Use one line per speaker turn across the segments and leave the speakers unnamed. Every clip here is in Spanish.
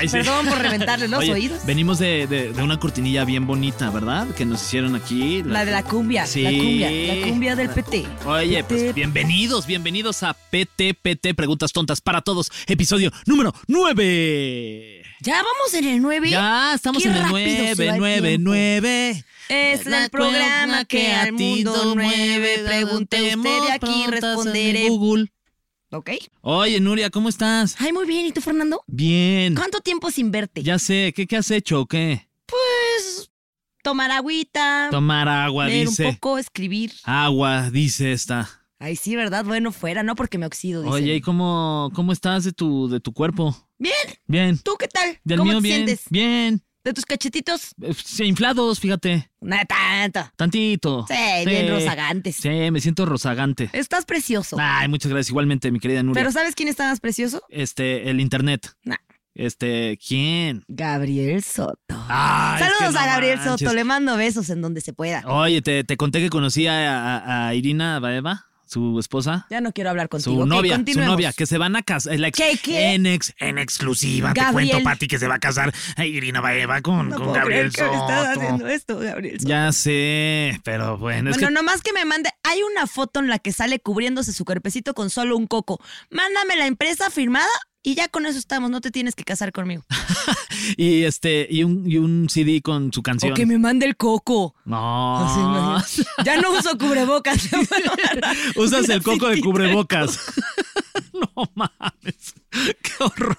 Ahí sí.
Perdón por reventarle los
Oye,
oídos.
Venimos de, de- de una cortinilla bien bonita, ¿verdad? Que nos hicieron aquí.
La de la cumbia,
Sí.
la cumbia, la cumbia del PT.
Oye,
PT.
pues bienvenidos, bienvenidos a PTPT Preguntas Tontas para Todos, episodio número 9.
Ya vamos en el 9.
Ya estamos
Qué
en el
rápido se va
9,
el
9,
tiempo.
9.
Es el programa que al mundo mueve. Pregunte usted y aquí responderé.
Google.
¿Ok?
Oye, Nuria, ¿cómo estás?
Ay, muy bien. ¿Y tú, Fernando?
Bien.
¿Cuánto tiempo sin verte?
Ya sé, ¿qué, qué has hecho o qué?
Pues tomar agüita,
Tomar agua,
leer un
dice.
poco, escribir.
Agua, dice esta.
Ay, sí, ¿verdad? Bueno, fuera, no porque me oxido. dicen.
Oye, ¿y cómo, cómo estás de tu, de tu cuerpo?
Bien,
Bien.
¿tú qué tal?
Del
¿Cómo
mío,
te
bien.
sientes?
Bien.
¿De tus cachetitos?
Eh, sí, inflados, fíjate.
Nada tanto.
Tantito.
Sí, bien rozagantes.
Sí, Ah, me siento rozagante.
Estás precioso.
Ay, muchas gracias. Igualmente, mi querida Nuria.
¿Pero sabes quién está más precioso?
Este, el internet.
Nah.
Este, ¿quién?
Gabriel Soto.
Ay, es que
Saludos
no
a Gabriel
manches. Oh.
Soto, le mando besos en donde se pueda.
Oye, te, te conté que conocí a, a- a Irina Baeva, su esposa.
Ya no quiero hablar contigo.
Su
Ok,
novia, su
continuemos.
novia, que se van a casar. la ex-
¿Qué, qué?
En, ex- en exclusiva,
Gabriel.
te cuento, Pati, que se va a casar a Irina Baeva con,
No
con
puedo
Gabriel
creer que estás
Soto.
haciendo esto, Gabriel Soto.
Ya sé, pero bueno, es
bueno,
que
nomás que me mande. Hay una foto en la que sale cubriéndose su cuerpecito con solo un coco. Mándame la empresa firmada y ya con eso estamos. No te tienes que casar conmigo.
y este y un, y un CD con su canción.
O que me Ah, mande el coco. O sea,
No.
imagínate. ya no uso cubrebocas.
Usas
Una
el coco de
fitita.
cubrebocas. no mames. Qué horror.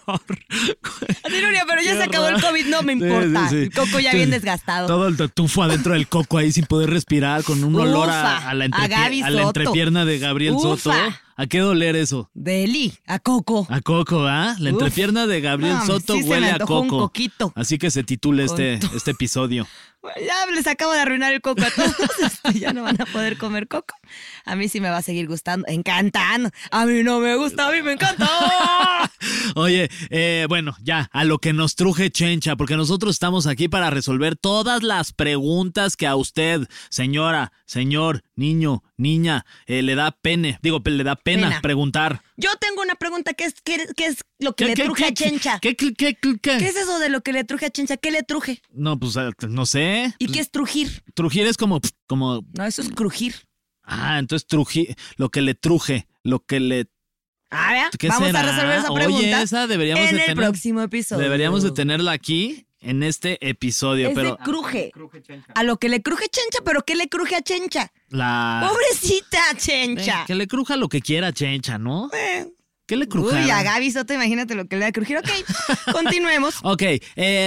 Sí, Nuria, pero ya
Qué
se acabó el
horror.
COVID, no me
Sí,
importa.
sí, sí.
El coco ya
Tú-
bien desgastado.
Todo el tufo adentro del coco ahí sin poder respirar, con un olor a,
Ufa,
a la,
a
entrepie-
Gaby
a la
Soto.
entrepierna de Gabriel Soto. ¿eh?
Ufa.
¿A qué doler eso?
Deli, a coco.
A coco, ¿ah? La
Uf.
entrepierna de Gabriel
No,
Soto
sí se me
huele a
antojó un
coco.
coquito.
Así que se titula este,
Con
este episodio.
Ya les acabo de arruinar el coco a todos. Este, ya no van a poder comer coco. A mí sí me va a seguir gustando, encantando. A mí no me gusta, a mí me encanta.
Oye, eh, bueno, ya, a lo que nos truje Chencha, porque nosotros estamos aquí para resolver todas las preguntas que a usted, señora, señor, niño, niña, eh, le da pene, digo, pe- le da pena,
Pena.
preguntar.
Yo tengo una pregunta que es, que, que es lo que le truje a Chencha.
¿Qué, qué, qué, qué, qué?
¿Qué es eso de lo que le truje a Chencha? ¿Qué le truje?
No, pues eh, no sé.
¿Y qué es trujir?
Trujir es como, como,
No, eso es crujir.
ah, entonces trujir, lo que le truje, lo que le...
A ver,
¿Qué
Ah, vamos
será?
a resolver esa
Oye,
pregunta
esa deberíamos
en
de
el
tener-
próximo episodio.
Deberíamos de tenerla aquí en este episodio,
Es
pero...
de cruje. A lo que le cruje Chencha, pero ¿qué le cruje a Chencha?
La...
Pobrecita
Eh,
Chencha. Eh.
que Ah. le cruja lo que quiera, Chencha, ¿no? Que le cruja.
Uy, a Gaby Soto, imagínate lo que le va a crujir. Ok, continuemos.
Ok,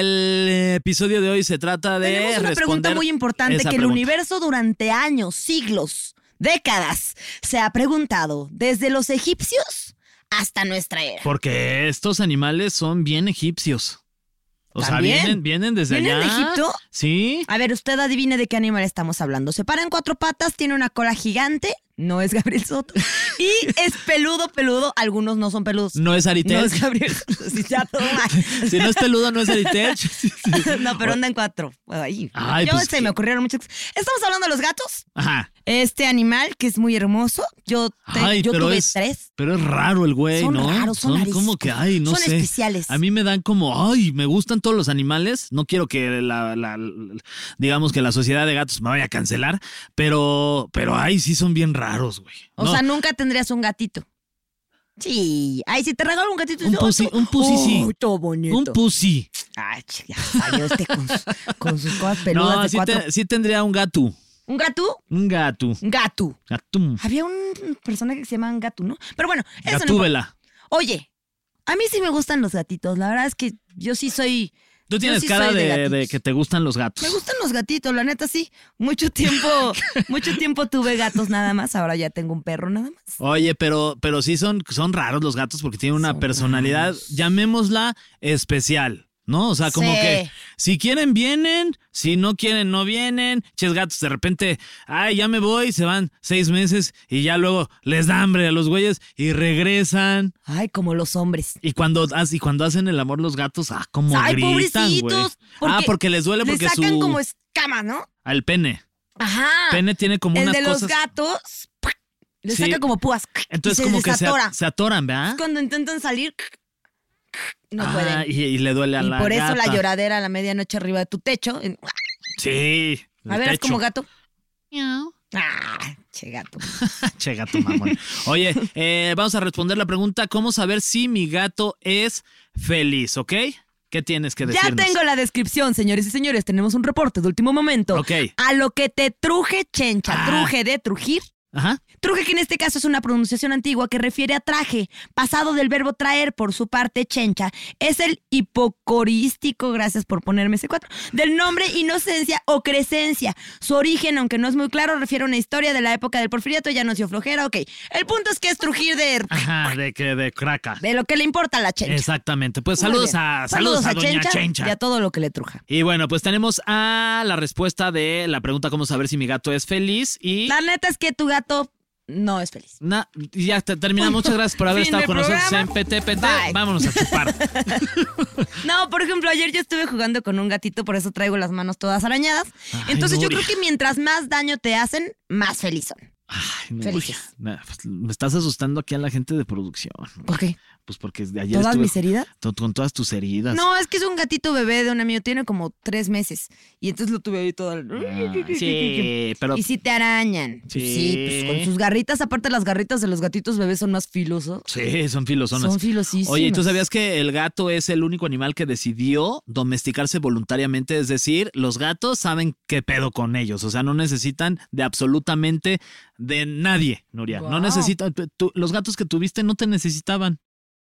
el episodio de hoy se trata de.
Tenemos una pregunta
responder
muy importante que
esa
el
pregunta.
universo durante años, siglos, décadas se ha preguntado desde los egipcios hasta nuestra era.
Porque estos animales son bien egipcios. O sea,
También.
vienen, vienen desde
¿Vienen de
allá.
Egipto?
Sí.
A ver, usted adivine de qué animal estamos hablando. Se para en cuatro patas, tiene una cola gigante, no es Gabriel Soto, y es peludo, peludo, algunos no son peludos.
No es Aritel.
No es Gabriel Soto, sí, ya todo mal.
si no es peludo, no es Aritel. Sí, sí.
no, pero anda en cuatro. Ay,
Ay,
yo
pues,
se
¿qué?
me ocurrieron muchas. Estamos hablando de los gatos.
Ajá.
Este animal que es muy hermoso. Yo, te-
Ay,
yo
pero
tuve
es,
tres.
Pero es raro el güey,
Son
¿no?
raros, son
como
ariscos,
que, ay, no
son
sé.
especiales.
A mí me dan como, ay, me gustan todos los animales. No quiero que la, la- la- digamos que la sociedad de gatos me vaya a cancelar, pero, pero ay, sí son bien raros, güey.
O
No,
sea, nunca tendrías un gatito. Sí. Ay, si te regalo un gatito.
Un
yo-
pussy- un pussy, sí.
Uy, todo bonito.
un pussy.
Ay, ch- ya salió este con, su- con sus cosas peludas
No,
de
sí,
cuatro.
te- sí tendría un gato.
¿Un gatú?
Un gato.
Un gatú.
Gatum.
Había un personaje que se llamaba gatú, ¿no? Pero bueno, eso no importa.
Gatúbela.
Oye, a mí sí me gustan los gatitos. La verdad es que yo sí soy.
Tú
yo
tienes
sí
cara
soy de
de,
gatitos.
de que te gustan los gatos.
Me gustan los gatitos, la neta sí. Mucho tiempo, mucho tiempo tuve gatos nada más. Ahora ya tengo un perro nada más.
Oye, pero, pero sí son, son raros los gatos porque tienen una
Son
personalidad,
raros.
llamémosla especial. ¿No? O sea, como
Sí.
que si quieren, vienen, si no quieren, no vienen. Ches gatos, de repente, ay, ya me voy, se van seis meses y ya luego les da hambre a los güeyes y regresan.
Ay, como los hombres.
Y cuando, ha- y cuando hacen el amor los gatos, ah, como
Ay,
gritan, güey.
pobrecitos.
Ah, porque les duele
le
porque
sacan
su...
como escama, ¿no?
Al pene.
Ajá.
Pene tiene como
el
unas
de los
cosas...
gatos ¡pac! le
Sí.
saca como púas. ¡cac! y
Entonces
se
como
les
que se,
atora.
se atoran, ¿verdad?
Cuando intentan salir, ¡cac! ¡cac! no
Ah,
pueden.
y, y le duele a
Y
la
por eso la
gata.
lloradera a la medianoche arriba de tu techo. en-
Sí. el
A ver, es
techo.
como gato. Ah, che gato.
Che, gato mamón. Oye, eh, vamos a responder la pregunta: ¿Cómo saber si mi gato es feliz, ok? ¿Qué tienes que decirnos?
Ya tengo la descripción, señores y señores. Tenemos un reporte de último momento.
Ok.
A lo que te truje, chencha.
Ah.
Truje de trujir.
Ajá.
Truje, que en este caso es una pronunciación antigua que refiere a traje, pasado del verbo traer por su parte chencha. Es el hipocorístico, gracias por ponerme ese cuatro, del nombre inocencia o crecencia. Su origen, aunque no es muy claro, refiere a una historia de la época del porfiriato, ya nos dio flojera, ok. El punto es que es trujir de,
Ajá, de que de craca.
de lo que le importa a la chencha.
Exactamente. Pues
Muy
saludos
bien.
a, saludos a Doña Chencha.
y a todo lo que le truja.
Y bueno, pues tenemos a la respuesta de la pregunta cómo saber si mi gato es feliz y
La neta es que tu gato no es feliz.
Na- y ya te- terminamos. Muchas gracias por haber
Fin
estado
del
con nosotros
programa.
en PTPT.
Bye.
Vámonos a chupar.
No, por ejemplo, ayer yo estuve jugando con un gatito, por eso traigo las manos todas arañadas.
Ay,
Entonces yo
Nuria.
creo que mientras más daño te hacen, más feliz son.
Ay, no,
Felices.
uy, na- pues, me estás asustando aquí a la gente de producción.
¿Por qué?
Pues porque de ayer
¿Todas
estuve Ah.
mis heridas?
to- con todas tus heridas.
No, es que es un gatito bebé de un amigo, tiene como tres meses. Y entonces lo tuve ahí todo
Ah,
el...
sí, pero
Y si te arañan.
Sí.
pues con sus garritas, aparte las garritas de los gatitos bebés son más filosos.
sí, son filosonas.
Son filosísimas.
Oye, ¿y ¿tú sabías que el gato es el único animal que decidió domesticarse voluntariamente? Es decir, los gatos saben qué pedo con ellos. O sea, no necesitan de absolutamente de nadie, Nuria. No
Guau.
necesitan. tú- tú- los gatos que tuviste no te necesitaban.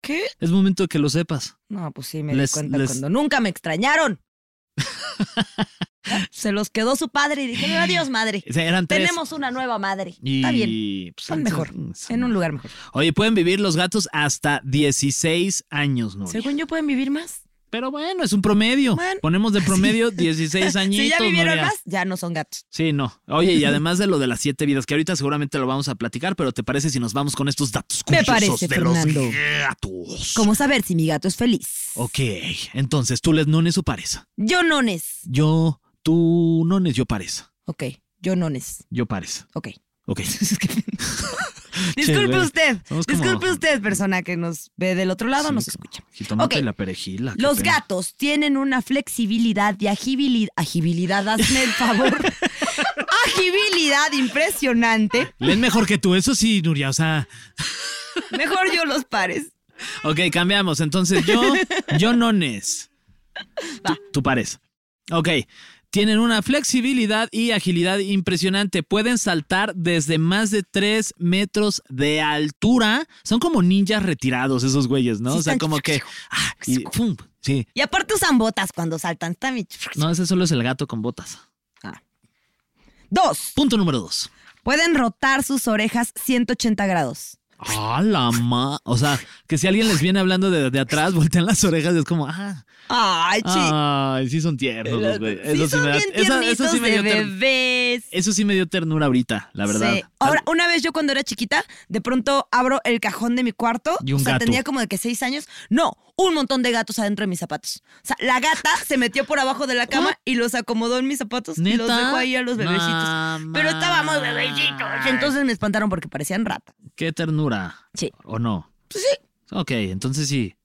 ¿Qué?
Es momento de que lo sepas.
No, pues sí, me
Les-
di cuenta
les-
cuando nunca me extrañaron. Se los quedó su padre y dije, adiós, madre.
O sea, eran tres.
Tenemos una nueva madre.
Y,
Está bien.
pues,
Son mejor. En un lugar mejor.
Oye, pueden vivir los gatos hasta 16 años, Nuria.
Según yo, pues, pueden vivir más.
Pero bueno, es un promedio.
Bueno.
Ponemos de promedio 16 añitos.
Si ya vivieron
Nuria.
más, ya no son gatos.
Sí, no. Oye, y además de lo de las siete vidas, que ahorita seguramente lo vamos a platicar, pero ¿te parece si nos vamos con estos datos
Me
curiosos
parece,
de
Fernando.
los gatos?
¿Cómo saber si mi gato es feliz?
Ok, entonces tú les nones o pares.
Yo nones.
Yo, tú nones, yo pares.
Ok, yo nones.
Yo pares.
Ok.
Ok.
Es que-
Che,
Disculpe
güey.
usted.
Somos como-
Disculpe usted, persona que nos ve del otro lado,
Sí,
nos
como
escucha.
Jitomate
Ok.
y la perejila. Ah, qué
Los
pena.
gatos tienen una flexibilidad y agibilidad, agibilidad, hazme el favor, agibilidad impresionante.
Leen mejor que tú, eso sí, Nuria. O sea,
Mejor yo los pares.
ok, cambiamos. Entonces yo, yo nones.
Va.
Tú, tú pares. Ok. Tienen una flexibilidad y agilidad impresionante. Pueden saltar desde más de 3 metros de altura. Son como ninjas retirados esos güeyes, ¿no?
Sí,
o sea,
están-
como que... ah, y ¡fum! Sí.
Y aparte usan botas cuando saltan. Está bien. Ah.
No, ese solo es el gato con botas.
Dos,
Punto número 2.
pueden rotar sus orejas 180 grados.
¡Ah, la ma! O sea, que si alguien les viene hablando de, de atrás, voltean las orejas y es como... ¡Ah!
Ay, chi.
Ay, sí son tiernos los güeyes.
sí,
Ah, Eso sí
son
me da-
bien
eso-
tiernitos
eso sí me
de
dio ter-
bebés.
eso sí me dio ternura ahorita, la verdad. Ah,
Sí. Ahora, una vez yo cuando era chiquita, de pronto abro el cajón de mi cuarto.
Y un
o sea,
gato.
tenía como de que seis años. No, un montón de gatos adentro de mis zapatos. O sea, la gata se metió por abajo de la cama y los acomodó en mis zapatos y los
¿Neta?
dejó ahí a los bebecitos.
No
Pero estábamos bebecitos.
mames.
Entonces me espantaron porque parecían ratas.
Qué ternura.
Sí. Pues
¿O no? sí. Ok, entonces sí.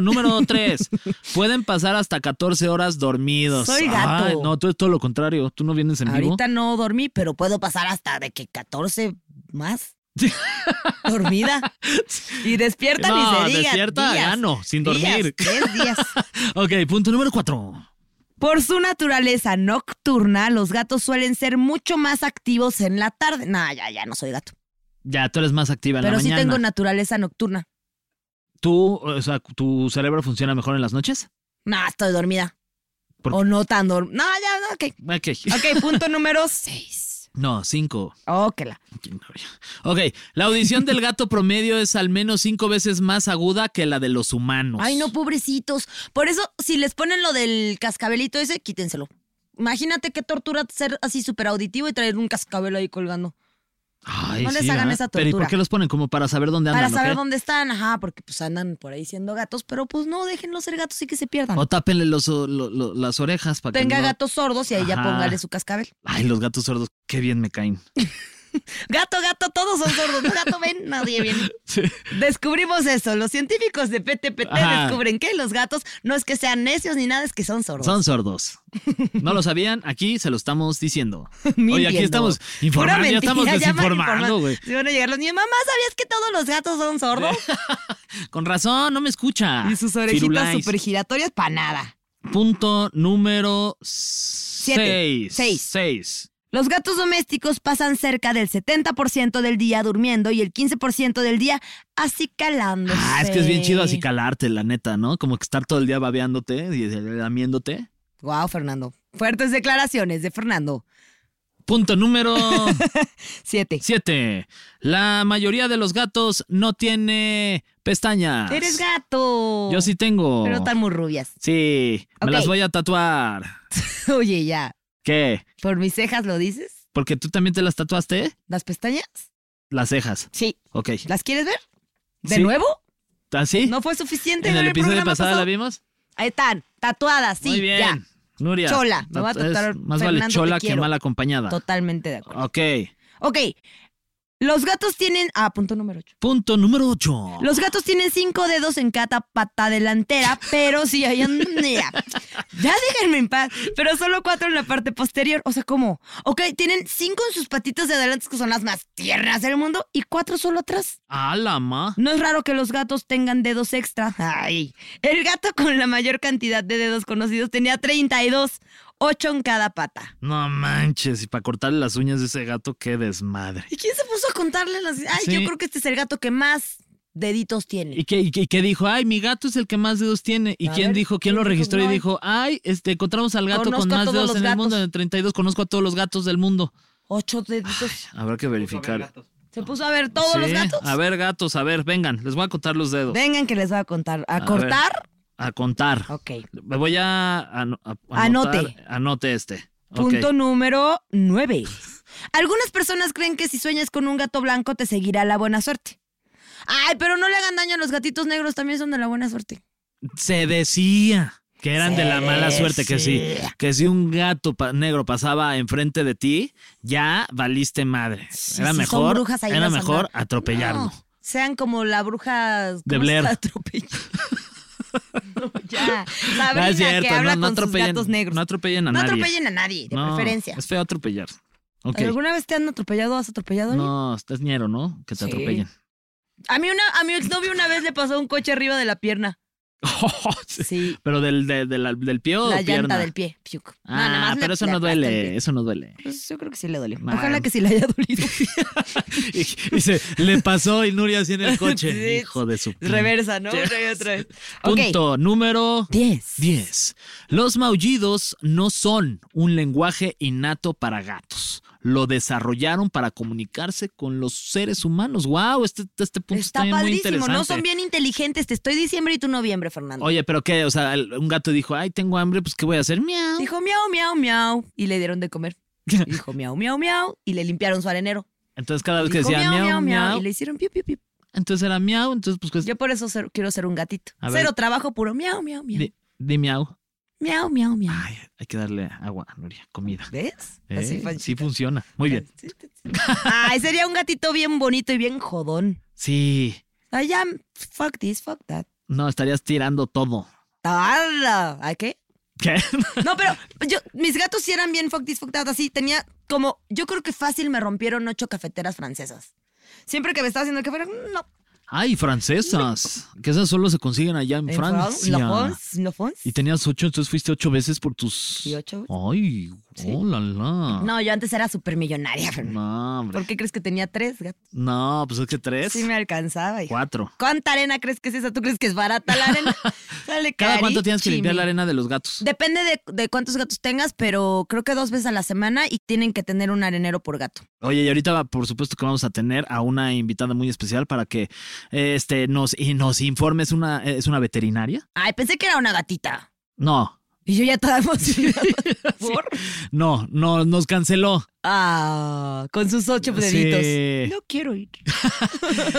número 3. Pueden pasar hasta 14 horas dormidos.
Soy gato.
Ay, no, tú es todo lo contrario. Tú no vienes en vivo.
Ahorita no dormí, pero puedo pasar hasta de que 14 más. Dormida. Y despierta ni
No,
se diga.
despierta,
días,
gano, sin
Días,
dormir.
tres días.
Ok, punto número 4.
Por su naturaleza nocturna, los gatos suelen ser mucho más activos en la tarde. No, ya, ya no soy gato.
Ya, tú eres más activa en
Pero
la
sí
mañana.
tengo naturaleza nocturna.
¿Tú, o sea, tu cerebro funciona mejor en las noches?
No, estoy dormida.
¿Por
O no tan dormida. No, ya, no, ok.
Ok. Ah,
Ok, punto número 6.
No, cinco.
Oh, que la.
Ok, la audición del gato promedio es al menos cinco veces más aguda que la de los humanos.
Ay, no, pobrecitos. Por eso, si les ponen lo del cascabelito ese, quítenselo. Imagínate qué tortura ser así súper auditivo y traer un cascabel ahí colgando.
Ay,
no les
sí,
hagan
¿verdad?
esa
Pero ¿y por
tortura.
qué los ponen? Como para saber dónde andan.
Para
¿o
saber
qué?
dónde están, ajá, porque pues andan por ahí siendo gatos, pero pues no, déjenlos ser gatos y que se pierdan.
O tápenle los, o- lo- lo- las orejas para
Tenga
que no-
gatos sordos y ahí ya
Ajá.
póngale su cascabel.
Ay, los gatos sordos, qué bien me caen.
Gato, gato, todos son sordos. No gato ven, nadie ven. Descubrimos eso. Los científicos de PTPT
Ajá.
descubren que los gatos no es que sean necios ni nada, es que son sordos.
Son sordos. ¿No lo sabían? Aquí se lo estamos diciendo. Oye, aquí
Mintiendo.
estamos
Pura
informando, ya
mentira,
estamos
ya van
desinformando,
informando.
güey.
Sí, van a llegar los niños. Mamá, ¿sabías que todos los gatos son sordos?
Con razón, no me escucha.
Y sus orejitas
Firulais.
super giratorias para nada.
Punto número 6.
Seis.
6.
Los gatos domésticos pasan cerca del 70% del día durmiendo y el 15% del día acicalándose.
Ah, es que es bien chido así calarte, la neta, ¿no? Como que estar todo el día babeándote y lamiéndote.
Wow, Fernando. Fuertes declaraciones de Fernando.
Punto número
Siete.
7. La mayoría de los gatos no tiene pestañas.
Eres gato.
Yo sí tengo.
Pero están muy rubias.
Sí, me
Ok.
las voy a tatuar.
Oye, ya.
¿Qué?
¿Por mis cejas lo dices?
¿Porque tú también te las tatuaste?
¿Las pestañas?
Las cejas.
Sí.
Ok.
¿Las quieres ver? ¿De
Sí.
nuevo?
¿Así?
No fue suficiente.
en
ver
el episodio
programa
pasado, la
pasado.
vimos.
Ahí están, tatuadas, sí.
Muy bien.
Ya.
Nuria.
Chola, me voy a
Tatu- es-
tatuar,
Más
Fernando,
vale
te
chola que
quiero.
mal acompañada.
Totalmente de acuerdo.
Ok.
Ok. Los gatos tienen. Ah, punto número 8.
Punto número 8.
Los gatos tienen cinco dedos en cada pata delantera, pero sí, ahí andan. mira. Ya déjenme en paz. Pero solo cuatro en la parte posterior. O sea, ¿cómo? Ok, tienen cinco en sus patitas de adelante, que son las más tiernas del mundo, y cuatro solo atrás.
A la ma.
No es raro que los gatos tengan dedos extra. Ay. El gato con la mayor cantidad de dedos conocidos tenía 32, 8 en cada pata.
No manches, y para cortarle las uñas de ese gato, qué desmadre.
¿Y quién se puso a contarle las.? Ay,
Sí.
yo creo que este es el gato que más deditos tiene.
¿Y qué, y qué- y qué dijo? Ay, mi gato es el que más dedos tiene. ¿Y
A
quién
ver,
dijo? ¿Quién
¿quién
lo
dijo?
registró y
No hay.
dijo? Ay, este, encontramos al gato
Conozco a
con más
todos
dedos
los
en el mundo,
gatos.
en el 32, conozco a todos los gatos del mundo.
Ocho deditos.
Habrá que verificar.
Se puso a ver todos los
Sí,
gatos.
A ver, gatos, a ver, vengan, les voy a contar los dedos.
Vengan que les voy a contar. ¿A,
ver.
cortar?
A contar.
Ok.
Me voy a, ano- a- a
Anote.
anotar- Anote este. Ok.
Punto número 9. Algunas personas creen que si sueñas con un gato blanco te seguirá la buena suerte. Ay, pero no le hagan daño a los gatitos negros, también son de la buena suerte.
Se decía que eran de la
Se
mala suerte, que sí.
decía.
Que si un gato pa- negro pasaba enfrente de ti, ya valiste madre.
Sí,
era
sí, son
mejor,
brujas ahí
era
las
mejor
andan.
atropellarlo.
No, sean como la bruja ¿cómo
De
se
Blair.
la atropella? No, ya. Sabrina
No es cierto,
que habla
no, no
con sus
atropellen,
gatos negros.
no atropellen a
No
nadie.
atropellen a nadie, de
No,
preferencia.
Es feo atropellar. Ok.
¿Alguna vez te han atropellado? ¿Has atropellado a alguien?
No, estás ñero, ¿no? Que
Sí.
te atropellen.
A mí una, a mi exnovio una vez le pasó un coche arriba de la pierna. Sí.
Pero del, de- de la- del pie o
la
pierna.
llanta del pie. Piuk. No,
Ah,
nada más le-
pero eso
le
no
aplasta el
duele,
pie.
eso no duele.
Pues yo creo que sí le dolió.
Nah.
Ojalá que sí le haya dolido.
Y, y se le pasó y Nuria así en el coche.
Sí.
Hijo de su. pin-
Reversa, ¿no? Una y otra vez. Ok.
Punto número
10.
10. Los maullidos no son un lenguaje innato para gatos. Lo desarrollaron para comunicarse con los seres humanos. ¡Wow! Este, este punto está,
Está
bien muy
padrísimo.
interesante.
No son bien inteligentes. Te estoy diciembre y tú noviembre, Fernando.
Oye, pero qué, o sea, el- un gato dijo, ay, tengo hambre, pues ¿qué voy a hacer? Miau.
Dijo miau, miau, miau. Y le dieron de comer. Y Dijo miau, miau, miau. Y le limpiaron su arenero.
Entonces cada vez que
Dijo
decía miau, miau,
Y le hicieron piu, piu, piu.
entonces era miau, entonces pues, pues
Yo por eso ser- quiero ser un gatito.
A ver.
Cero trabajo puro. Miau, miau, miau.
di, di miau.
Miau, miau, miau.
Ay, hay que darle agua, Nuria, comida.
¿Ves?
Eh,
Así
sí
fanchita.
funciona. Muy bien.
Ay, sería un gatito bien bonito y bien jodón.
Sí.
Ay, ya, fuck this, fuck that.
No, estarías tirando todo.
¡Tada! ¿A qué?
¿Qué?
No, pero yo, mis gatos sí eran bien fuck this, fuck that, así. Tenía como, yo creo que fácil me rompieron ocho cafeteras francesas. Siempre que me estaba haciendo el café, era, "Mm, no.
Ay, francesas. Que esas solo se consiguen allá en,
En Fran-
Francia.
Lofons, Lofons.
Y tenías ocho, entonces fuiste ocho veces por tus.
Sí, ocho.
Ay, Oh, la, la.
No, yo antes era súper millonaria.
No, hombre.
¿Por qué crees que tenía tres gatos?
No, pues es que tres.
Sí me alcanzaba. hija.
Cuatro.
¿Cuánta arena crees que es esa? ¿Tú crees que es barata la arena? Sale
¿Cada cuánto tienes que
carísima.
limpiar la arena de los gatos?
Depende de, de cuántos gatos tengas, pero creo que dos veces a la semana y tienen que tener un arenero por gato.
Oye, y ahorita va- por supuesto que vamos a tener a una invitada muy especial para que eh, este, nos, y nos informe. ¿Es una, eh, ¿Es una veterinaria?
Ay, pensé que era una gatita.
No,
Y yo ya toda emocionada. ¿Por?
no, no, nos canceló.
Ah, con sus ocho
Sí.
deditos. No quiero ir.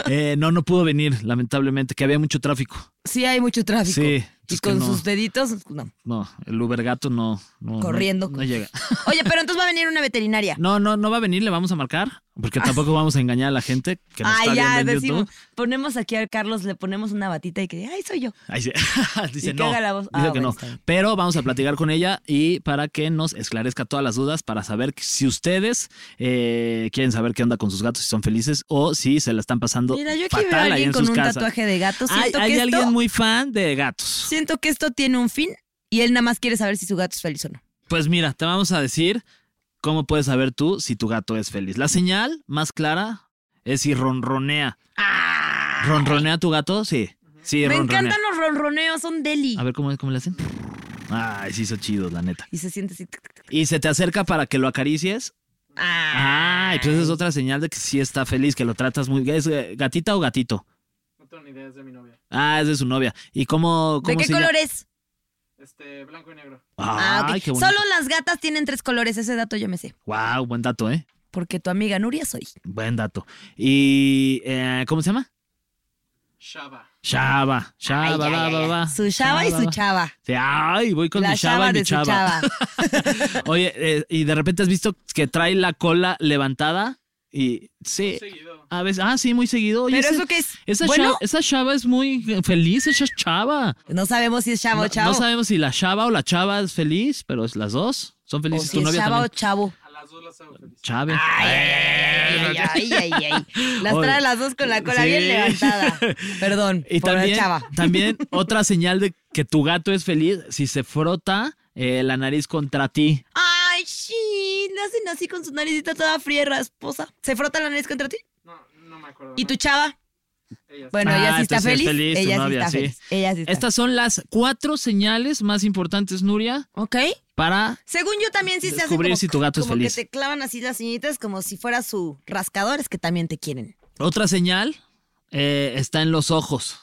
Eh, no, no pudo venir, lamentablemente, que había mucho tráfico.
Sí, hay mucho tráfico.
Sí,
Y
es que
con
no.
sus deditos, no.
No, el Uber gato no. no
Corriendo.
No, no llega.
Oye, pero entonces va a venir una veterinaria.
No, no, no va a venir, le vamos a marcar, porque tampoco vamos a engañar a la gente que nos
Ay,
está
Ah. ya,
viendo en
decimos,
YouTube.
ponemos aquí a Carlos, le ponemos una batita y que diga, ay, soy yo.
Ay, sí. Dice
que
no.
haga la voz.
Dice
Ah,
que
bueno,
no.
está bien.
Pero vamos a platicar con ella y para que nos esclarezca todas las dudas, para saber si ustedes eh, quieren saber qué onda con sus gatos, si son felices o si se la están pasando
Mira, yo aquí veo a
fatal ahí
alguien
en
con
sus
un
casas.
tatuaje de gato.
hay
Siento,
hay
que
alguien
esto,
muy fan de gatos.
siento que esto tiene un fin y él nada más quiere saber si su gato es feliz o no.
Pues mira, te vamos a decir cómo puedes saber tú si tu gato es feliz. La señal más clara es si ronronea. ¿Ronronea tu gato? Sí. Sí,
¡Ah! Me
ronronea.
encantan los ronroneos, son deli.
A ver cómo, cómo le hacen. Ay, sí, son chidos, la neta.
Y se siente así. tuc, tuc, tuc.
Y se te acerca para que lo acaricies. Ay, pues esa es otra señal de que sí está feliz, que lo tratas muy bien. ¿Es eh, gatita o gatito?
No tengo ni idea, es de mi novia.
Ah, es de su novia. ¿Y cómo,
¿De
cómo
qué
se llama?
color es?
Este, blanco y negro.
Ah,
Ay,
ok.
qué bonito.
Solo las gatas tienen tres colores, ese dato yo me sé.
Wow, buen dato, ¿eh?
Porque tu amiga Nuria soy.
Buen dato. ¿Y eh, cómo se llama?
Shaba.
Chava, chava,
Ay, ya,
va,
ya, ya.
va, va.
Su chava y su
Ah, va.
chava.
Sí, ay, voy con
La
mi chava,
chava
y mi
de su
chava.
chava.
Oye, eh, y de repente has visto que trae la cola levantada y
Eh.
sí,
Seguido.
a veces, ah, sí, muy seguido. Oye,
¿Pero
ese-
eso qué es?
Esa,
Bueno,
chava, esa chava es muy feliz, esa chava.
no sabemos si es chavo o
No,
chavo.
no sabemos si la chava o la chava es feliz, pero es las dos son
o
felices.
si
tu
es
novia
chava o
también.
chavo.
A las dos las hago feliz.
Chave.
Ay, ay, ay, ay, ay. Las
Oye.
trae las dos con la cola
Sí.
bien levantada. Perdón,
Y
por la
también,
chava.
también otra señal de que tu gato es feliz si se frota eh, la nariz contra ti.
Ay, sí, le hacen así con su naricita toda fría, esposa. ¿Se frota la nariz contra ti?
No, no me acuerdo.
¿Y
¿no?
tu chava?
Ella
Bueno, ella
Ah,
sí está
entonces es
feliz.
feliz tu
ella
novia,
sí está
sí.
feliz. Ella sí está
Estas son las cuatro señales más importantes, Nuria,
Ok.
para
Según yo también sí se hace
Descubrir
como,
si tu gato es
como
feliz.
que te clavan así las uñitas como si fuera su rascadores que también te quieren.
otra señal. eh, está en los ojos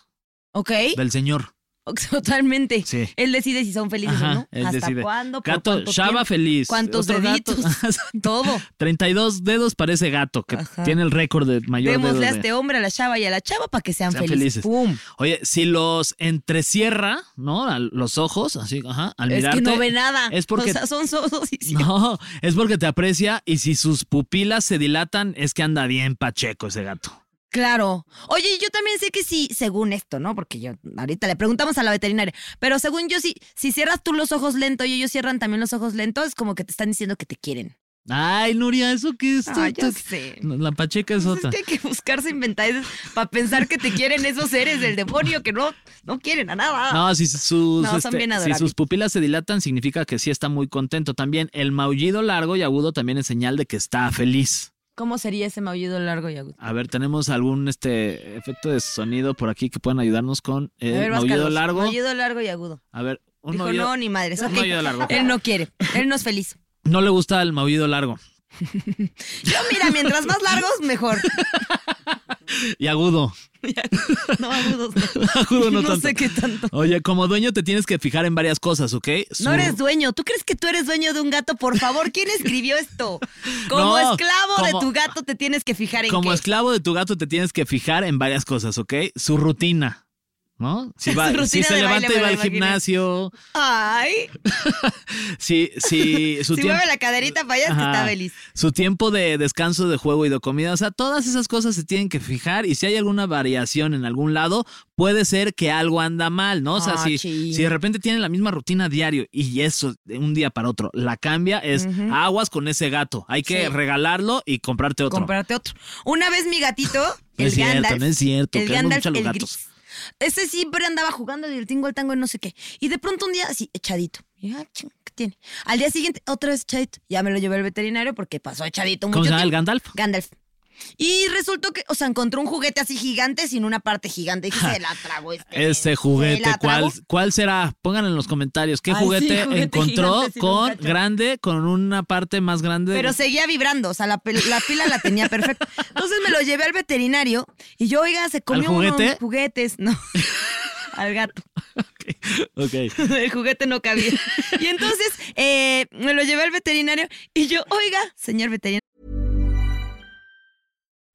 ¿Ok?
del señor.
Totalmente.
Sí.
Él decide si son felices
Ajá,
o no.
él
¿Hasta
decide.
cuándo? ¿Por
Gato,
cuánto
Shaba
tiempo?
feliz.
¿Cuántos
Otro gato.
deditos? Todo.
32 dedos para ese gato que
Ajá.
tiene el récord de mayor
Démosle a
dedos de-
este hombre, a la chava y a la chava para que sean,
Sean
felices.
felices.
¡Pum!
Oye, si los entrecierra, ¿no? Al- los ojos, así, ajá, al
Es
mirarte.
que no ve nada.
Es porque
O sea, son sosos y sí.
No, es porque te aprecia y si sus pupilas se dilatan es que anda bien pacheco ese gato.
Claro. Oye, yo también sé que sí, según esto, ¿no? Porque yo ahorita le preguntamos a la veterinaria, pero según yo sí, si cierras tú los ojos lento y ellos cierran también los ojos lentos, es como que te están diciendo que te quieren.
Ay, Nuria, ¿eso qué es?
Ah,
Tú-
ya
tú-
sé.
La pacheca es
Pues
otra.
Es que hay que buscarse inventades para pensar que te quieren esos seres del demonio que no, no quieren a nada.
No, si sus,
No, son
este,
bien
si
adorables.
sus pupilas se dilatan significa que sí está muy contento. También el maullido largo y agudo también es señal de que está feliz.
¿Cómo sería ese maullido largo y agudo?
A ver, tenemos algún este efecto de sonido por aquí que puedan ayudarnos con el
A ver, vas,
Eh, maullido
Carlos.
largo.
Maullido largo y agudo.
A ver, un
Dijo,
maullido.
no, ni madres.
un
ok.
maullido largo.
Él no quiere. Él no es feliz.
No le gusta el maullido largo
Yo, mira, mientras más largos, mejor.
y agudo.
No, agudos. no.
agudo no,
no
tanto.
sé qué tanto.
Oye, como dueño te tienes que fijar en varias cosas, ¿ok?
No
Su-
eres dueño. ¿Tú crees que tú eres dueño de un gato? Por favor, ¿quién escribió esto? Como
No,
esclavo de
como-
tu gato te tienes que fijar en
Como
qué.
esclavo de tu gato te tienes que fijar en varias cosas, ¿ok? Su rutina, ¿no? Si, va-
Su rutina
si se
de baile,
levanta y
me
va
la
al
imagino.
gimnasio,
Ay,
si, si su
si
tiempo...
mueve la caderita para allá es que
Ajá.
está feliz.
Su tiempo de descanso, de juego y de comida, o sea, todas esas cosas se tienen que fijar y si hay alguna variación en algún lado, puede ser que algo anda mal, ¿no? O sea,
Ah,
si,
chin.
si de repente tienen la misma rutina diario y eso de un día para otro la cambia, es aguas con ese gato, hay que
Sí.
regalarlo y comprarte otro.
Comprarte otro. Una vez mi gatito,
No
el
es cierto,
Gandalf.
no es cierto,
El
queremos
Gandalf,
mucho a los
el
gatos.
gris. Ese siempre andaba jugando del tingo al tango y no sé qué. Y de pronto un día, así, echadito. Y, ah, ching, ¿qué tiene? Al día siguiente, otra vez echadito. Ya me lo llevé al veterinario porque pasó echadito mucho
¿Cómo se llama el
tiempo.
Gandalf?
Gandalf. Y resultó que, o sea, encontró un juguete así gigante sin una parte gigante. Y dije, se la tragó este.
Este
se
juguete,
la
¿cuál,
tragó.
¿cuál será? Pongan en los comentarios. ¿Qué
Ay, sí,
juguete,
juguete
encontró
gigante sin un
con
cacho.
grande, con una parte más grande?
Pero seguía vibrando, o sea, la, pel- la pila la tenía perfecta. Entonces me lo llevé al veterinario y yo, oiga, se comió unos
juguete?
juguetes, no. al gato.
Ok.
El juguete no cabía. Y entonces eh, me lo llevé al veterinario y yo, oiga, señor veterinario,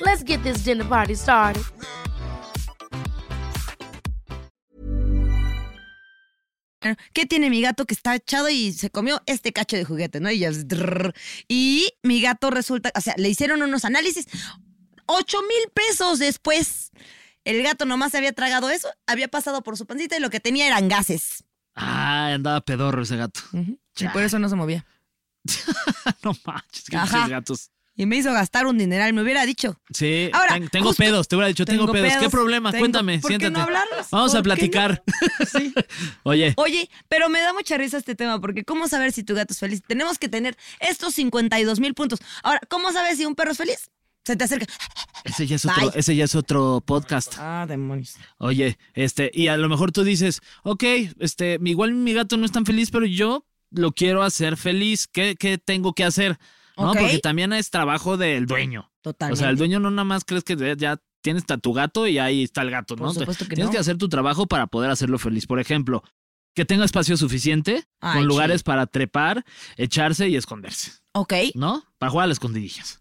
Let's get this dinner party started.
¿qué tiene mi gato que está echado y se comió este cacho de juguete, no? Y yo, drrr. y mi gato resulta, o sea, le hicieron unos análisis, ocho mil pesos después. El gato nomás se había tragado eso, había pasado por su pancita y lo que tenía eran gases.
Ah, andaba pedorro ese gato.
Y por eso no se movía.
no manches, qué
Ajá.
pinches gatos.
Y me hizo gastar un dineral, me hubiera dicho.
Sí,
Ahora,
ten- tengo
justo-
pedos, te hubiera dicho, tengo,
Tengo
pedos. ¿Qué
pedos,
problema?
tengo-
Cuéntame,
¿por qué no
siéntate.
hablarlos?
Vamos a
¿Por qué no?
platicar. Oye,
Oye, pero me da mucha risa este tema, porque ¿cómo saber si tu gato es feliz? Tenemos que tener estos 52 mil puntos. Ahora, ¿cómo sabes si un perro es feliz? Se te acerca.
ese ya es otro,
Bye.
ese ya es otro podcast.
Ah, demonios.
Oye, este, y a lo mejor tú dices, ok, este, igual mi gato no es tan feliz, pero yo lo quiero hacer feliz. ¿Qué, qué tengo que hacer? No,
Ok.
porque también es trabajo del dueño.
Totalmente.
O sea, el dueño no nada más crees que de- ya tienes a tu gato y ahí está el gato,
Por
¿no?
supuesto que
tienes
no.
que hacer tu trabajo para poder hacerlo feliz. Por ejemplo, que tenga espacio suficiente
Ay,
con
sí.
lugares para trepar, echarse y esconderse,
Ok.
¿no? Para jugar a las escondidillas.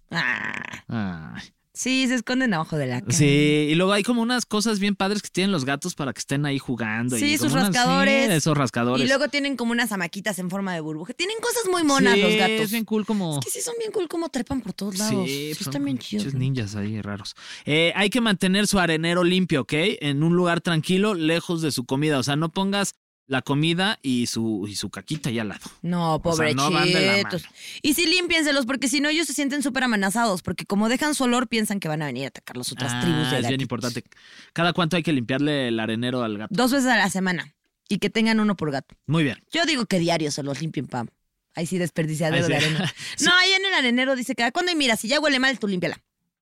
Ah,
Ay.
sí, se esconden abajo de la cama.
Sí, y luego hay como unas cosas bien padres que tienen los gatos para que estén ahí jugando.
Sí,
y como
sus
unas-
rascadores.
sí, esos rascadores.
Y luego tienen como unas hamaquitas en forma de burbuja. Tienen cosas muy monas
Sí,
los gatos.
Es bien cool como.
Que sí son bien cool como trepan por todos lados. Sí,
Sí, pues
están bien chidos.
pinches ninjas ahí raros. Eh, hay que mantener su arenero limpio, ¿ok? En un lugar tranquilo, lejos de su comida. O sea, no pongas la comida y su, y su caquita ahí al lado.
No,
O sea, no van de la
pobrechitos. y sí, límpienselos, porque si no, ellos se sienten súper amenazados, porque como dejan su olor, piensan que van a venir a atacar las otras
Ah,
tribus de
es bien
gatitos.
importante. Cada cuánto hay que limpiarle el arenero al gato.
Dos veces a la semana y que tengan uno por gato.
Muy bien.
Yo digo que diario se los limpien, pam. Ahí sí, desperdiciadero
Ahí sí.
de arena.
Sí.
No, ahí en el arenero dice cada cuando y mira, si ya huele mal, tú límpiala.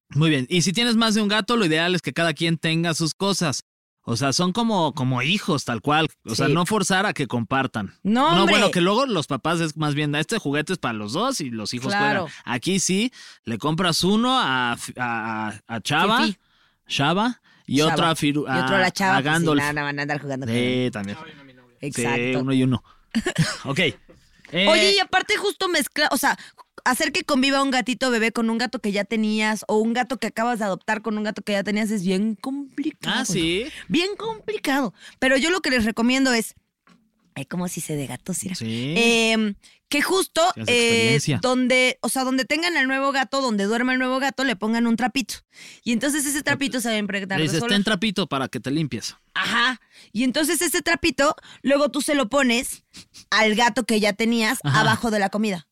Muy bien. Y si tienes más de un gato, lo ideal es que cada quien tenga sus cosas. O sea, son como, como hijos, tal cual. O sea,
Sí.
no forzar a que compartan.
No,
No,
hombre.
bueno, que luego los papás es más bien, este juguete es para los dos y los hijos
Claro.
juegan. Aquí sí, le compras uno a, F- a, a- a Chava,
Fifi.
Chava, y
Chava.
otro a, Firu- ah,
Y otro a la chava.
a
pues, sí,
Gandalf.
nada, van a andar jugando. con él.
Sí, también. Sí,
Exacto.
uno y uno. ok. Eh,
Oye, y aparte justo mezclar, o sea, hacer que conviva un gatito bebé con un gato que ya tenías o un gato que acabas de adoptar con un gato que ya tenías es bien complicado.
Ah, sí.
Bien complicado. Pero yo lo que les recomiendo es, ay, como si se de gatos, mira.
Sí.
Eh, que justo
Que hace
eh,
experiencia.
donde, o sea, donde tengan el nuevo gato, donde duerma el nuevo gato, le pongan un trapito. Y entonces ese trapito se va a impregnar.
Le
de
dices,
su
ten
olor".
trapito para que te limpies.
Ajá. Y entonces ese trapito, luego tú se lo pones al gato que ya tenías
Ajá.
abajo de la comida.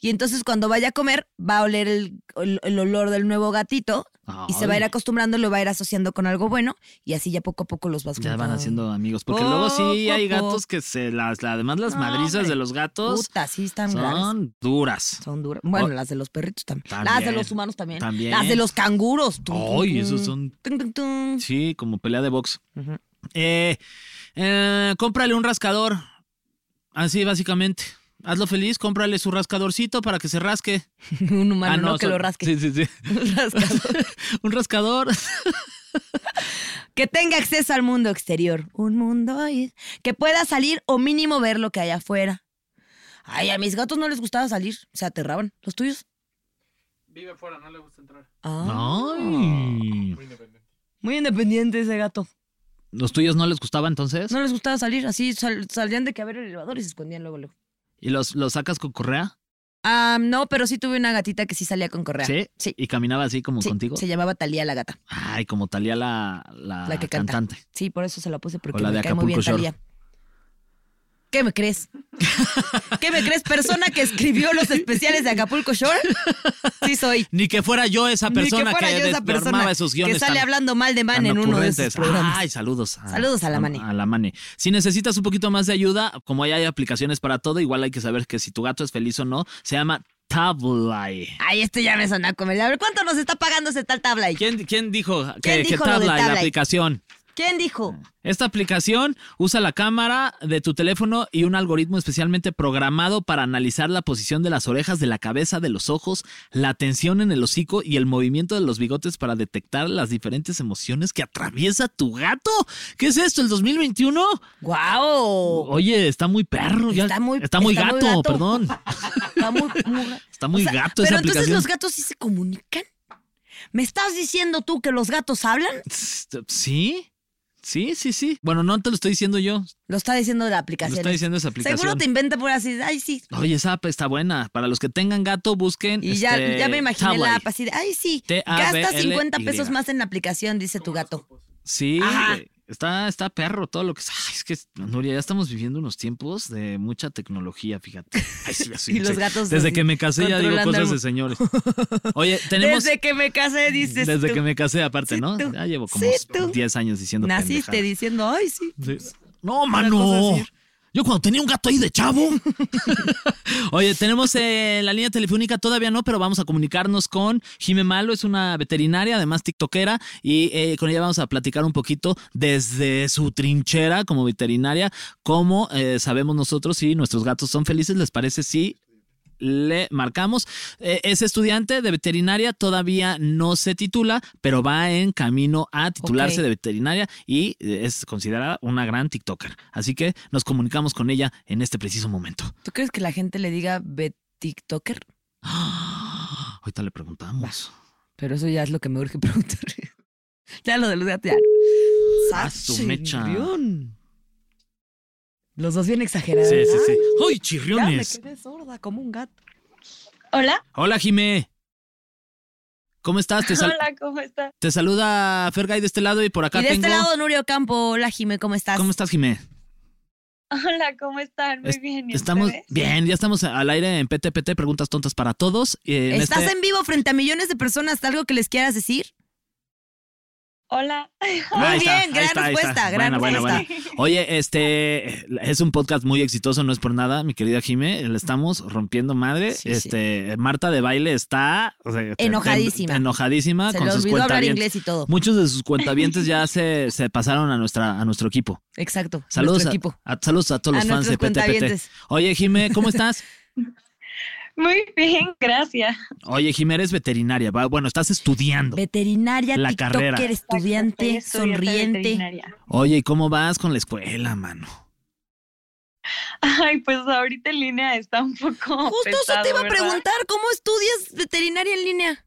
Y entonces cuando vaya a comer, va a oler el, el- el olor del nuevo gatito y se va a ir
Ay.
acostumbrando, lo va a ir asociando con algo bueno y así ya poco a poco los vas
Ya van
juntando.
haciendo amigos. Porque luego sí
Poco Oh, a
hay gatos
poco.
que se las. la- además, las
No,
madrizas
hombre.
de los gatos
Puta, sí están raras.
son duras.
Son duras. Bueno,
Oh.
las de los perritos también.
También.
Las de los humanos también.
También.
Las de los canguros.
Ay, esos son-
Tum, tum, tum.
Sí, como pelea de box.
Ujú.
Eh, eh, cómprale un rascador. Así básicamente. Hazlo feliz, cómprale su rascadorcito para que se rasque.
Un humano,
Ah,
no, que
so-
lo rasque.
Sí, sí, sí.
Un rascador.
Un rascador.
que tenga acceso al mundo exterior. Un mundo ahí. que pueda salir o mínimo ver lo que hay afuera. Ay, a mis gatos no les gustaba salir, se aterraban. ¿Los tuyos?
Vive afuera, no le gusta entrar.
Ah, Mm.
Ay.
Muy independiente.
Muy independiente ese gato.
¿Los tuyos no les gustaba entonces?
No les gustaba salir, así sal- salían de que abrir el elevador y se escondían luego, luego.
¿Y los, los sacas con correa?
Ah, no, pero sí tuve una gatita que sí salía con correa.
¿Sí?
Sí.
¿Y caminaba así como
Sí,
contigo?
Se llamaba Talía la gata,
Ay, como Talía la, la,
la que canta.
cantante.
Sí, por eso se la puse porque
la
me
de
cae muy bien
Acapulco Shore.
Talía. ¿Qué me crees? ¿Qué me crees? Persona que escribió los especiales de Acapulco Shore. Sí soy.
Ni que fuera yo esa persona
Ni que fuera yo esa
des-
persona
armaba esos guiones
que sale
tan-
hablando mal de Man
tan
en uno de esos
ocurrentes.
programas.
Ay, saludos. A,
Saludos a la Mane.
A, la Mane. Si necesitas un poquito más de ayuda, como ya hay aplicaciones para todo, igual hay que saber que si tu gato es feliz o no, se llama Tablay.
Ay, este ya me sonó comer. A ver, ¿cuánto nos está pagando ese tal tabla?
¿Quién, quién dijo que,
¿Quién
que
dijo lo de
Tablay, la
Tablay?
aplicación?
¿Quién dijo?
Esta aplicación usa la cámara de tu teléfono y un algoritmo especialmente programado para analizar la posición de las orejas, de la cabeza, de los ojos, la tensión en el hocico y el movimiento de los bigotes para detectar las diferentes emociones que atraviesa tu gato. ¿Qué es esto, el 2021?
¡Guau!
Oye, está muy perro. ya-
Está muy-
está muy
está muy
gato,
gato.
perdón.
Está muy, muy ra-
Está muy
O sea,
gato esa
Pero
aplicación.
entonces los gatos sí se comunican. ¿Me estás diciendo tú que los gatos hablan?
Sí, sí, sí, sí. Bueno, no te lo estoy diciendo yo.
Lo está diciendo la
Te lo
aplicación.
está diciendo esa aplicación.
Seguro te inventa por así. Ay, sí.
Oye, esa app está buena. Para los que tengan gato, busquen.
Y ya,
este,
ya me imaginé la
Tabway.
app así de, ay, sí,
T-A-B-L-Y.
gasta 50 pesos más en la aplicación, dice tu gato.
Sí,
Ajá.
güey. está, está perro todo lo que es. Ay, es que, Nuria, ya estamos viviendo unos tiempos de mucha tecnología, fíjate. Ay, sí, así,
Y los
sí.
gatos
Desde
así,
que me casé ya digo
controlando
cosas
el-
de señores. Oye, tenemos.
Desde que me casé, dices
desde
tú.
que me casé, aparte,
Sí,
¿no?
tú.
Ya llevo como
Sí, tú.
10 años diciendo
Naciste
pendejadas.
diciendo, ay, sí.
Sí. No, mano.
cosa así.
Yo cuando tenía un gato ahí de chavo. Oye, tenemos eh, la línea telefónica, todavía no, pero vamos a comunicarnos con Jime Malo, es una veterinaria, además tiktokera, y eh, con ella vamos a platicar un poquito desde su trinchera como veterinaria, cómo eh, sabemos nosotros si nuestros gatos son felices, ¿les parece si le marcamos. Eh, es estudiante de veterinaria, todavía no se titula, pero va en camino a titularse
Ok.
de veterinaria y eh, es considerada una gran TikToker. Así que nos comunicamos con ella en este preciso momento.
¿Tú crees que la gente le diga ve TikToker?
Ahorita le preguntamos.
Pero eso ya es lo que me urge preguntar. ya lo de los gatos, ya.
Ah, su mecha.
Sachirrión. Los dos bien exagerados.
Sí, sí, sí. ¡Ay,
Ya me
chirriones!
quedé sorda como un gato.
Hola,
Hola, Jimé. ¿Cómo estás? Te, sal-
hola, ¿cómo está?
te saluda Fergay de este lado y por acá
Y de
tengo.
este lado, Nurio Campo. Hola, Jime, ¿cómo estás?
¿Cómo estás, Jimé?
Hola, ¿cómo están? Muy
Es-
bien. ¿y
Estamos
ustedes?
bien, ya estamos al aire en PTPT, preguntas tontas para todos. En
¿Estás
este-
en vivo frente a millones de personas? ¿Algo que les quieras decir?
Hola.
Muy
Ahí
bien,
está, ahí
gran
está, ahí
respuesta,
está.
gran
Buena, buena,
respuesta.
buena. Oye, este es un podcast muy exitoso, no es por nada, mi querida Jime, le estamos rompiendo madre.
Sí, sí.
este Marta de baile está o sea, te-
Enojadísima.
te- enojadísima
Se
con
le
sus
olvidó hablar
cuentavientes.
inglés y todo.
Muchos de sus cuentavientes ya se, se pasaron a nuestra a nuestro equipo.
Exacto.
Saludos
nuestro
a,
equipo.
a- saludos a todos
A
los fans de
nuestros
PTPT.
cuentavientes.
Oye, Jime, ¿cómo estás?
Muy bien, gracias.
Oye, Jime, eres veterinaria. va- Bueno, estás estudiando.
Veterinaria,
La
TikToker,
carrera.
Soy
estudiante,
estudiante
sonriente.
veterinaria.
Oye, ¿y cómo vas con la escuela, mano?
Ay, pues ahorita en línea está un poco.
Justo eso te
pesado,
iba a
¿verdad?
preguntar, ¿cómo estudias veterinaria en línea?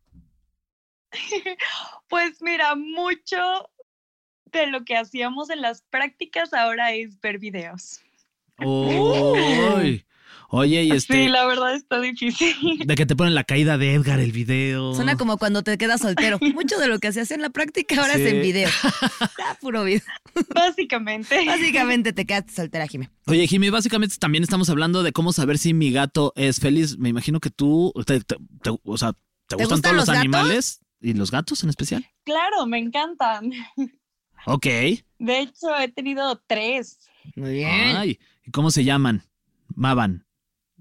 Pues mira, mucho de lo que hacíamos en las prácticas ahora es ver videos.
Uy. Oye, y este.
Sí, la verdad está difícil.
De que te ponen la caída de Edgar el video.
Suena como cuando te quedas soltero. Mucho de lo que hacías en la práctica ahora
Sí.
es en video. Está puro video.
Básicamente.
Básicamente te quedaste soltera, Jimé.
Oye, Jimmy, básicamente también estamos hablando de cómo saber si mi gato es feliz. Me imagino que tú, te- te- te- o sea, ¿te, gustan,
gustan
todos
los
los,
gatos?
animales? ¿Y los gatos en especial?
Claro, me encantan.
Ok.
De hecho, he tenido tres.
Muy
Ay, ¿y ¿Cómo se llaman? Mavan.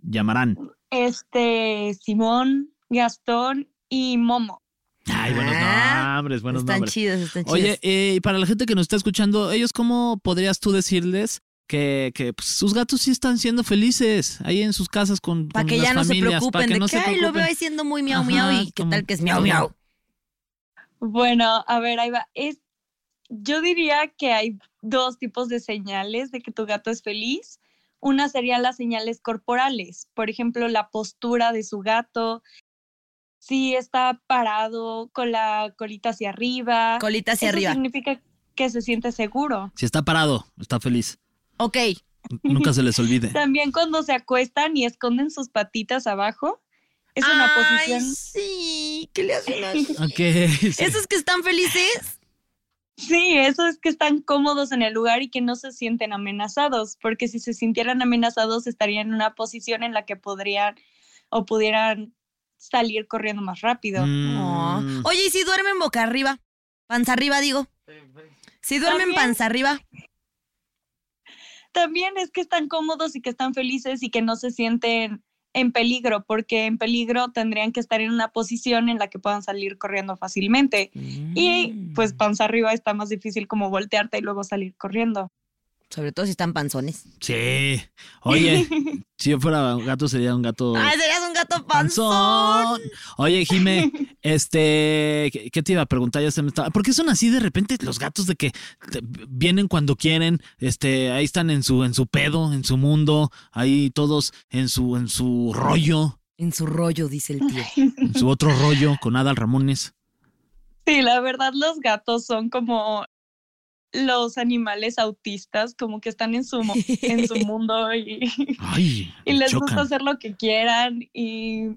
Llamarán.
Este, Simón, Gastón y Momo.
Ay, buenos
Ah,
nombres, buenos
están
nombres.
chidos, están chidos.
Oye, eh, y para la gente que nos está escuchando, ellos, ¿cómo podrías tú decirles que, que, pues, sus gatos sí están siendo felices ahí en sus casas con,
Para
con
que
las
ya no se
familias,
preocupen
para que
de
no
que
se
ay, lo veo
preocupen.
ahí siendo muy miau
Ajá,
miau y qué
como-
tal que es miau
como-
miau.
Bueno, a ver, ahí va. Es, yo diría que hay dos tipos de señales de que tu gato es feliz. Una serían las señales corporales, por ejemplo, la postura de su gato, si está parado con la colita hacia arriba.
Colita hacia
Ah, Eso
arriba.
significa que se siente seguro.
Si está parado, está feliz.
Ok.
Nunca se les olvide.
También cuando se acuestan y esconden sus patitas abajo, es una
Ay,
posición...
sí. ¿Qué le hacen así?
Ok. sí.
¿Esos que están felices?
Sí, eso es que están cómodos en el lugar y que no se sienten amenazados, porque si se sintieran amenazados estarían en una posición en la que podrían o pudieran salir corriendo más rápido.
Mm.
No. Oye, ¿y si duermen boca arriba? Panza arriba, digo.
Eh,
Si duermen
También.
panza arriba.
También es que están cómodos y que están felices y que no se sienten en peligro, porque en peligro tendrían que estar en una posición en la que puedan salir corriendo fácilmente. Y
Mm.
pues panza arriba está más difícil como voltearte y luego salir corriendo.
Sobre todo si están panzones.
Sí. Oye, si yo fuera un gato sería un gato
Ay, serías un gato panzón.
panzón. Oye, Jime, este, ¿qué- ¿qué te iba a preguntar? Ya se me estaba. ¿Por qué son así de repente los gatos de que te- vienen cuando quieren, este, ahí están en su en su pedo, en su mundo, ahí todos en su en su rollo,
En su rollo, dice el tío.
en su otro rollo con Adal Ramones?
Sí, la verdad los gatos son como los animales autistas, como que están en su, mo- en su mundo y,
Ay,
y les gusta
chocan,
hacer lo que quieran. Y,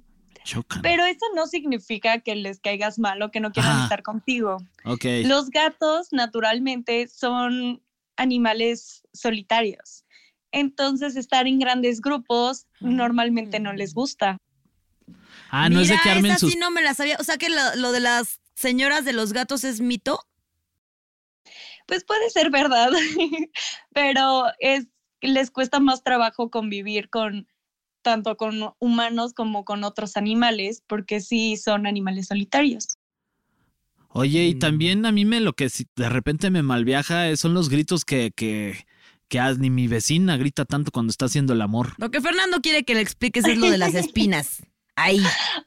chocan.
pero eso no significa que les caigas mal o que no quieran
Ah.
estar contigo.
Ok.
Los gatos naturalmente son animales solitarios. Entonces estar en grandes grupos normalmente no les gusta.
Ah, no es de
Mira,
que armen
esa
sus
sí no me la sabía. O sea que lo, lo de las señoras de los gatos es mito.
Pues puede ser verdad, pero es, les cuesta más trabajo convivir con tanto con humanos como con otros animales, porque sí son animales solitarios.
Oye, y también a mí me lo que si- de repente me malviaja eh, son los gritos que, que, que haz- ni mi vecina grita tanto cuando está haciendo el amor.
Lo que Fernando quiere que le expliques es lo de las espinas. Ahí,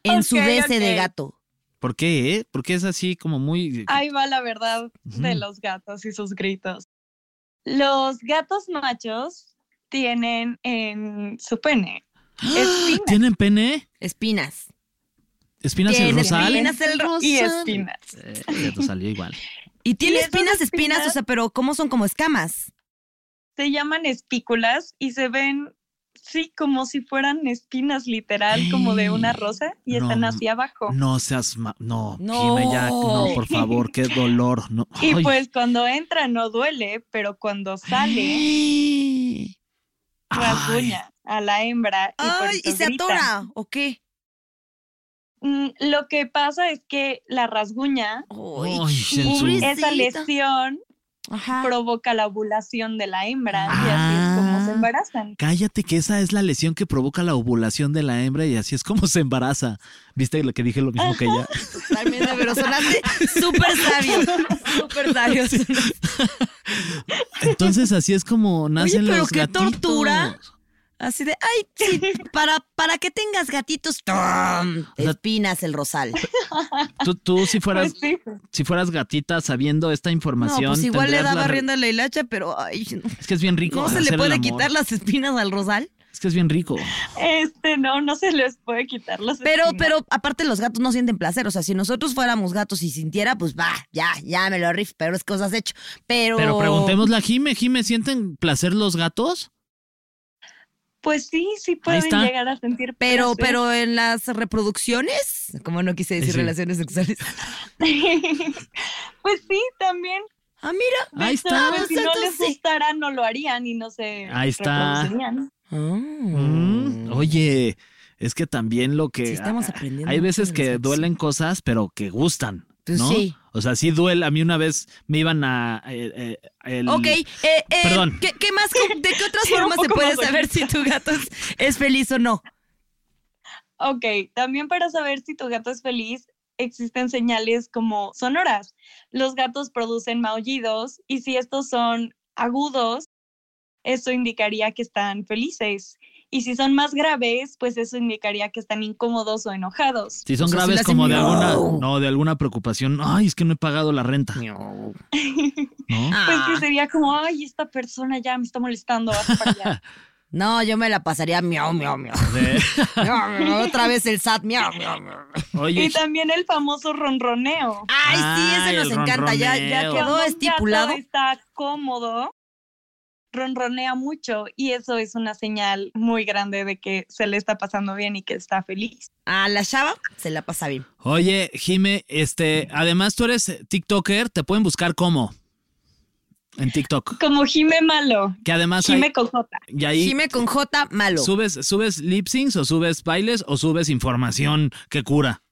en su
Ok,
DC de
ok.
gato.
¿Por qué? eh? Porque es así como muy...
Ahí va la verdad de
Ujú.
los gatos y sus gritos. Los gatos machos tienen en su pene espinas
¿Tienen pene?
Espinas.
¿Espinas el
Tienen
rosal?
espinas el
y
rosal.
espinas.
Eh, ya te salió igual.
Y tiene
Y esas
espinas, espinas,
espinas-
o sea, pero ¿cómo son como escamas?
Se llaman espículas y se ven, sí, como si fueran espinas literal, como de una rosa y están
No.
hacia abajo.
No seas... ma- No,
No.
Jime, ya, no, por favor, qué dolor. No.
Y
Ay.
pues cuando entra no duele, pero cuando sale
Ay.
rasguña a la hembra. Y, por
Ay, y
eso
se
grita.
atora, ¿o qué?
Mm, Lo que pasa es que la rasguña,
Ay,
pobrecita. Ah.
esa lesión
Ajá.
provoca la ovulación de la hembra y así es como se
Ah.
embarazan.
Cállate que esa es la lesión que provoca la ovulación de la hembra y así es como se embaraza. ¿Viste lo que dije lo mismo que ella?
Totalmente, pero sonaste súper sabio. Súper sabio.
Entonces así es como nacen
pero
los
qué
gatitos.
tortura. Así de, ay, sí, para, para que tengas gatitos, ¡tum!
sea-
espinas el rosal.
Tú, tú si
Pues
fueras
sí,
si fueras gatita sabiendo esta
No,
información
pues igual le
tendrías
daba
la-
rienda a la hilacha, pero ay,
Es que es bien rico.
no se
hacer
le
el
puede
amor.
quitar las espinas al rosal.
Es que es bien rico.
este no, no se les puede quitar las
Pero,
espinas.
pero aparte los gatos no sienten placer. O sea, si nosotros fuéramos gatos y sintiera, pues va, ya, ya me lo rif, pero es cosas hecho. Pero.
Pero preguntémosle a Jime, Jime, ¿sienten placer los gatos?
Pues sí, sí pueden
está.
llegar a sentir
Ah,
Pero,
placer.
pero en las reproducciones, como no quise decir
Sí.
relaciones sexuales.
pues sí, también.
Ah, mira.
De
Ahí
hecho,
está.
pues, si no
Exacto,
les
sí.
gustara, no lo harían y no se
Ahí está.
reproducirían.
Ah.
Mm, Oye, es que también lo que
Sí, estamos aprendiendo
hay
mucho
veces
de
que
los gatos.
duelen cosas, pero que gustan.
Pues
¿no?
sí.
O sea, sí duele. A mí una vez me iban a. eh, eh, el-
Ok, eh, eh,
Perdón.
¿qué, qué más? ¿De qué otras
Sí, un
formas se
poco
puede
más
saber si tu gato es, es feliz o no?
Ok, también para saber si tu gato es feliz, existen señales como sonoras. Los gatos producen maullidos y si estos son agudos, eso indicaría que están felices. Y si son más graves, pues eso indicaría que están incómodos o enojados.
Si son
O sea, sí
graves
le hacen
como de
miau.
alguna, no, de alguna preocupación. Ay, es que no he pagado la renta. ¿No?
Pues
Ah,
que sería como, ay, esta persona ya me está molestando, vas para allá.
no, yo me la pasaría miau, miau, miau.
De-
Miau, miau, Otra vez el SAT, miau, miau, miau.
Oye,
Y también el famoso ronroneo.
Ay, sí,
Ay,
ese nos
el
encanta. Ya, ya
ronroneo.
quedó
Cuando un
estipulado.
gato está cómodo, ronronea mucho y eso es una señal muy grande de que se le está pasando bien y que está feliz.
A la chava se la pasa bien.
oye, Jime, este, además tú eres TikToker, te pueden buscar cómo? En TikTok.
Como Jime Malo,
Que además hay-
Jime Cojota.
y ahí
Jime con J, malo.
subes, subes lip syncs o subes bailes o subes información que cura.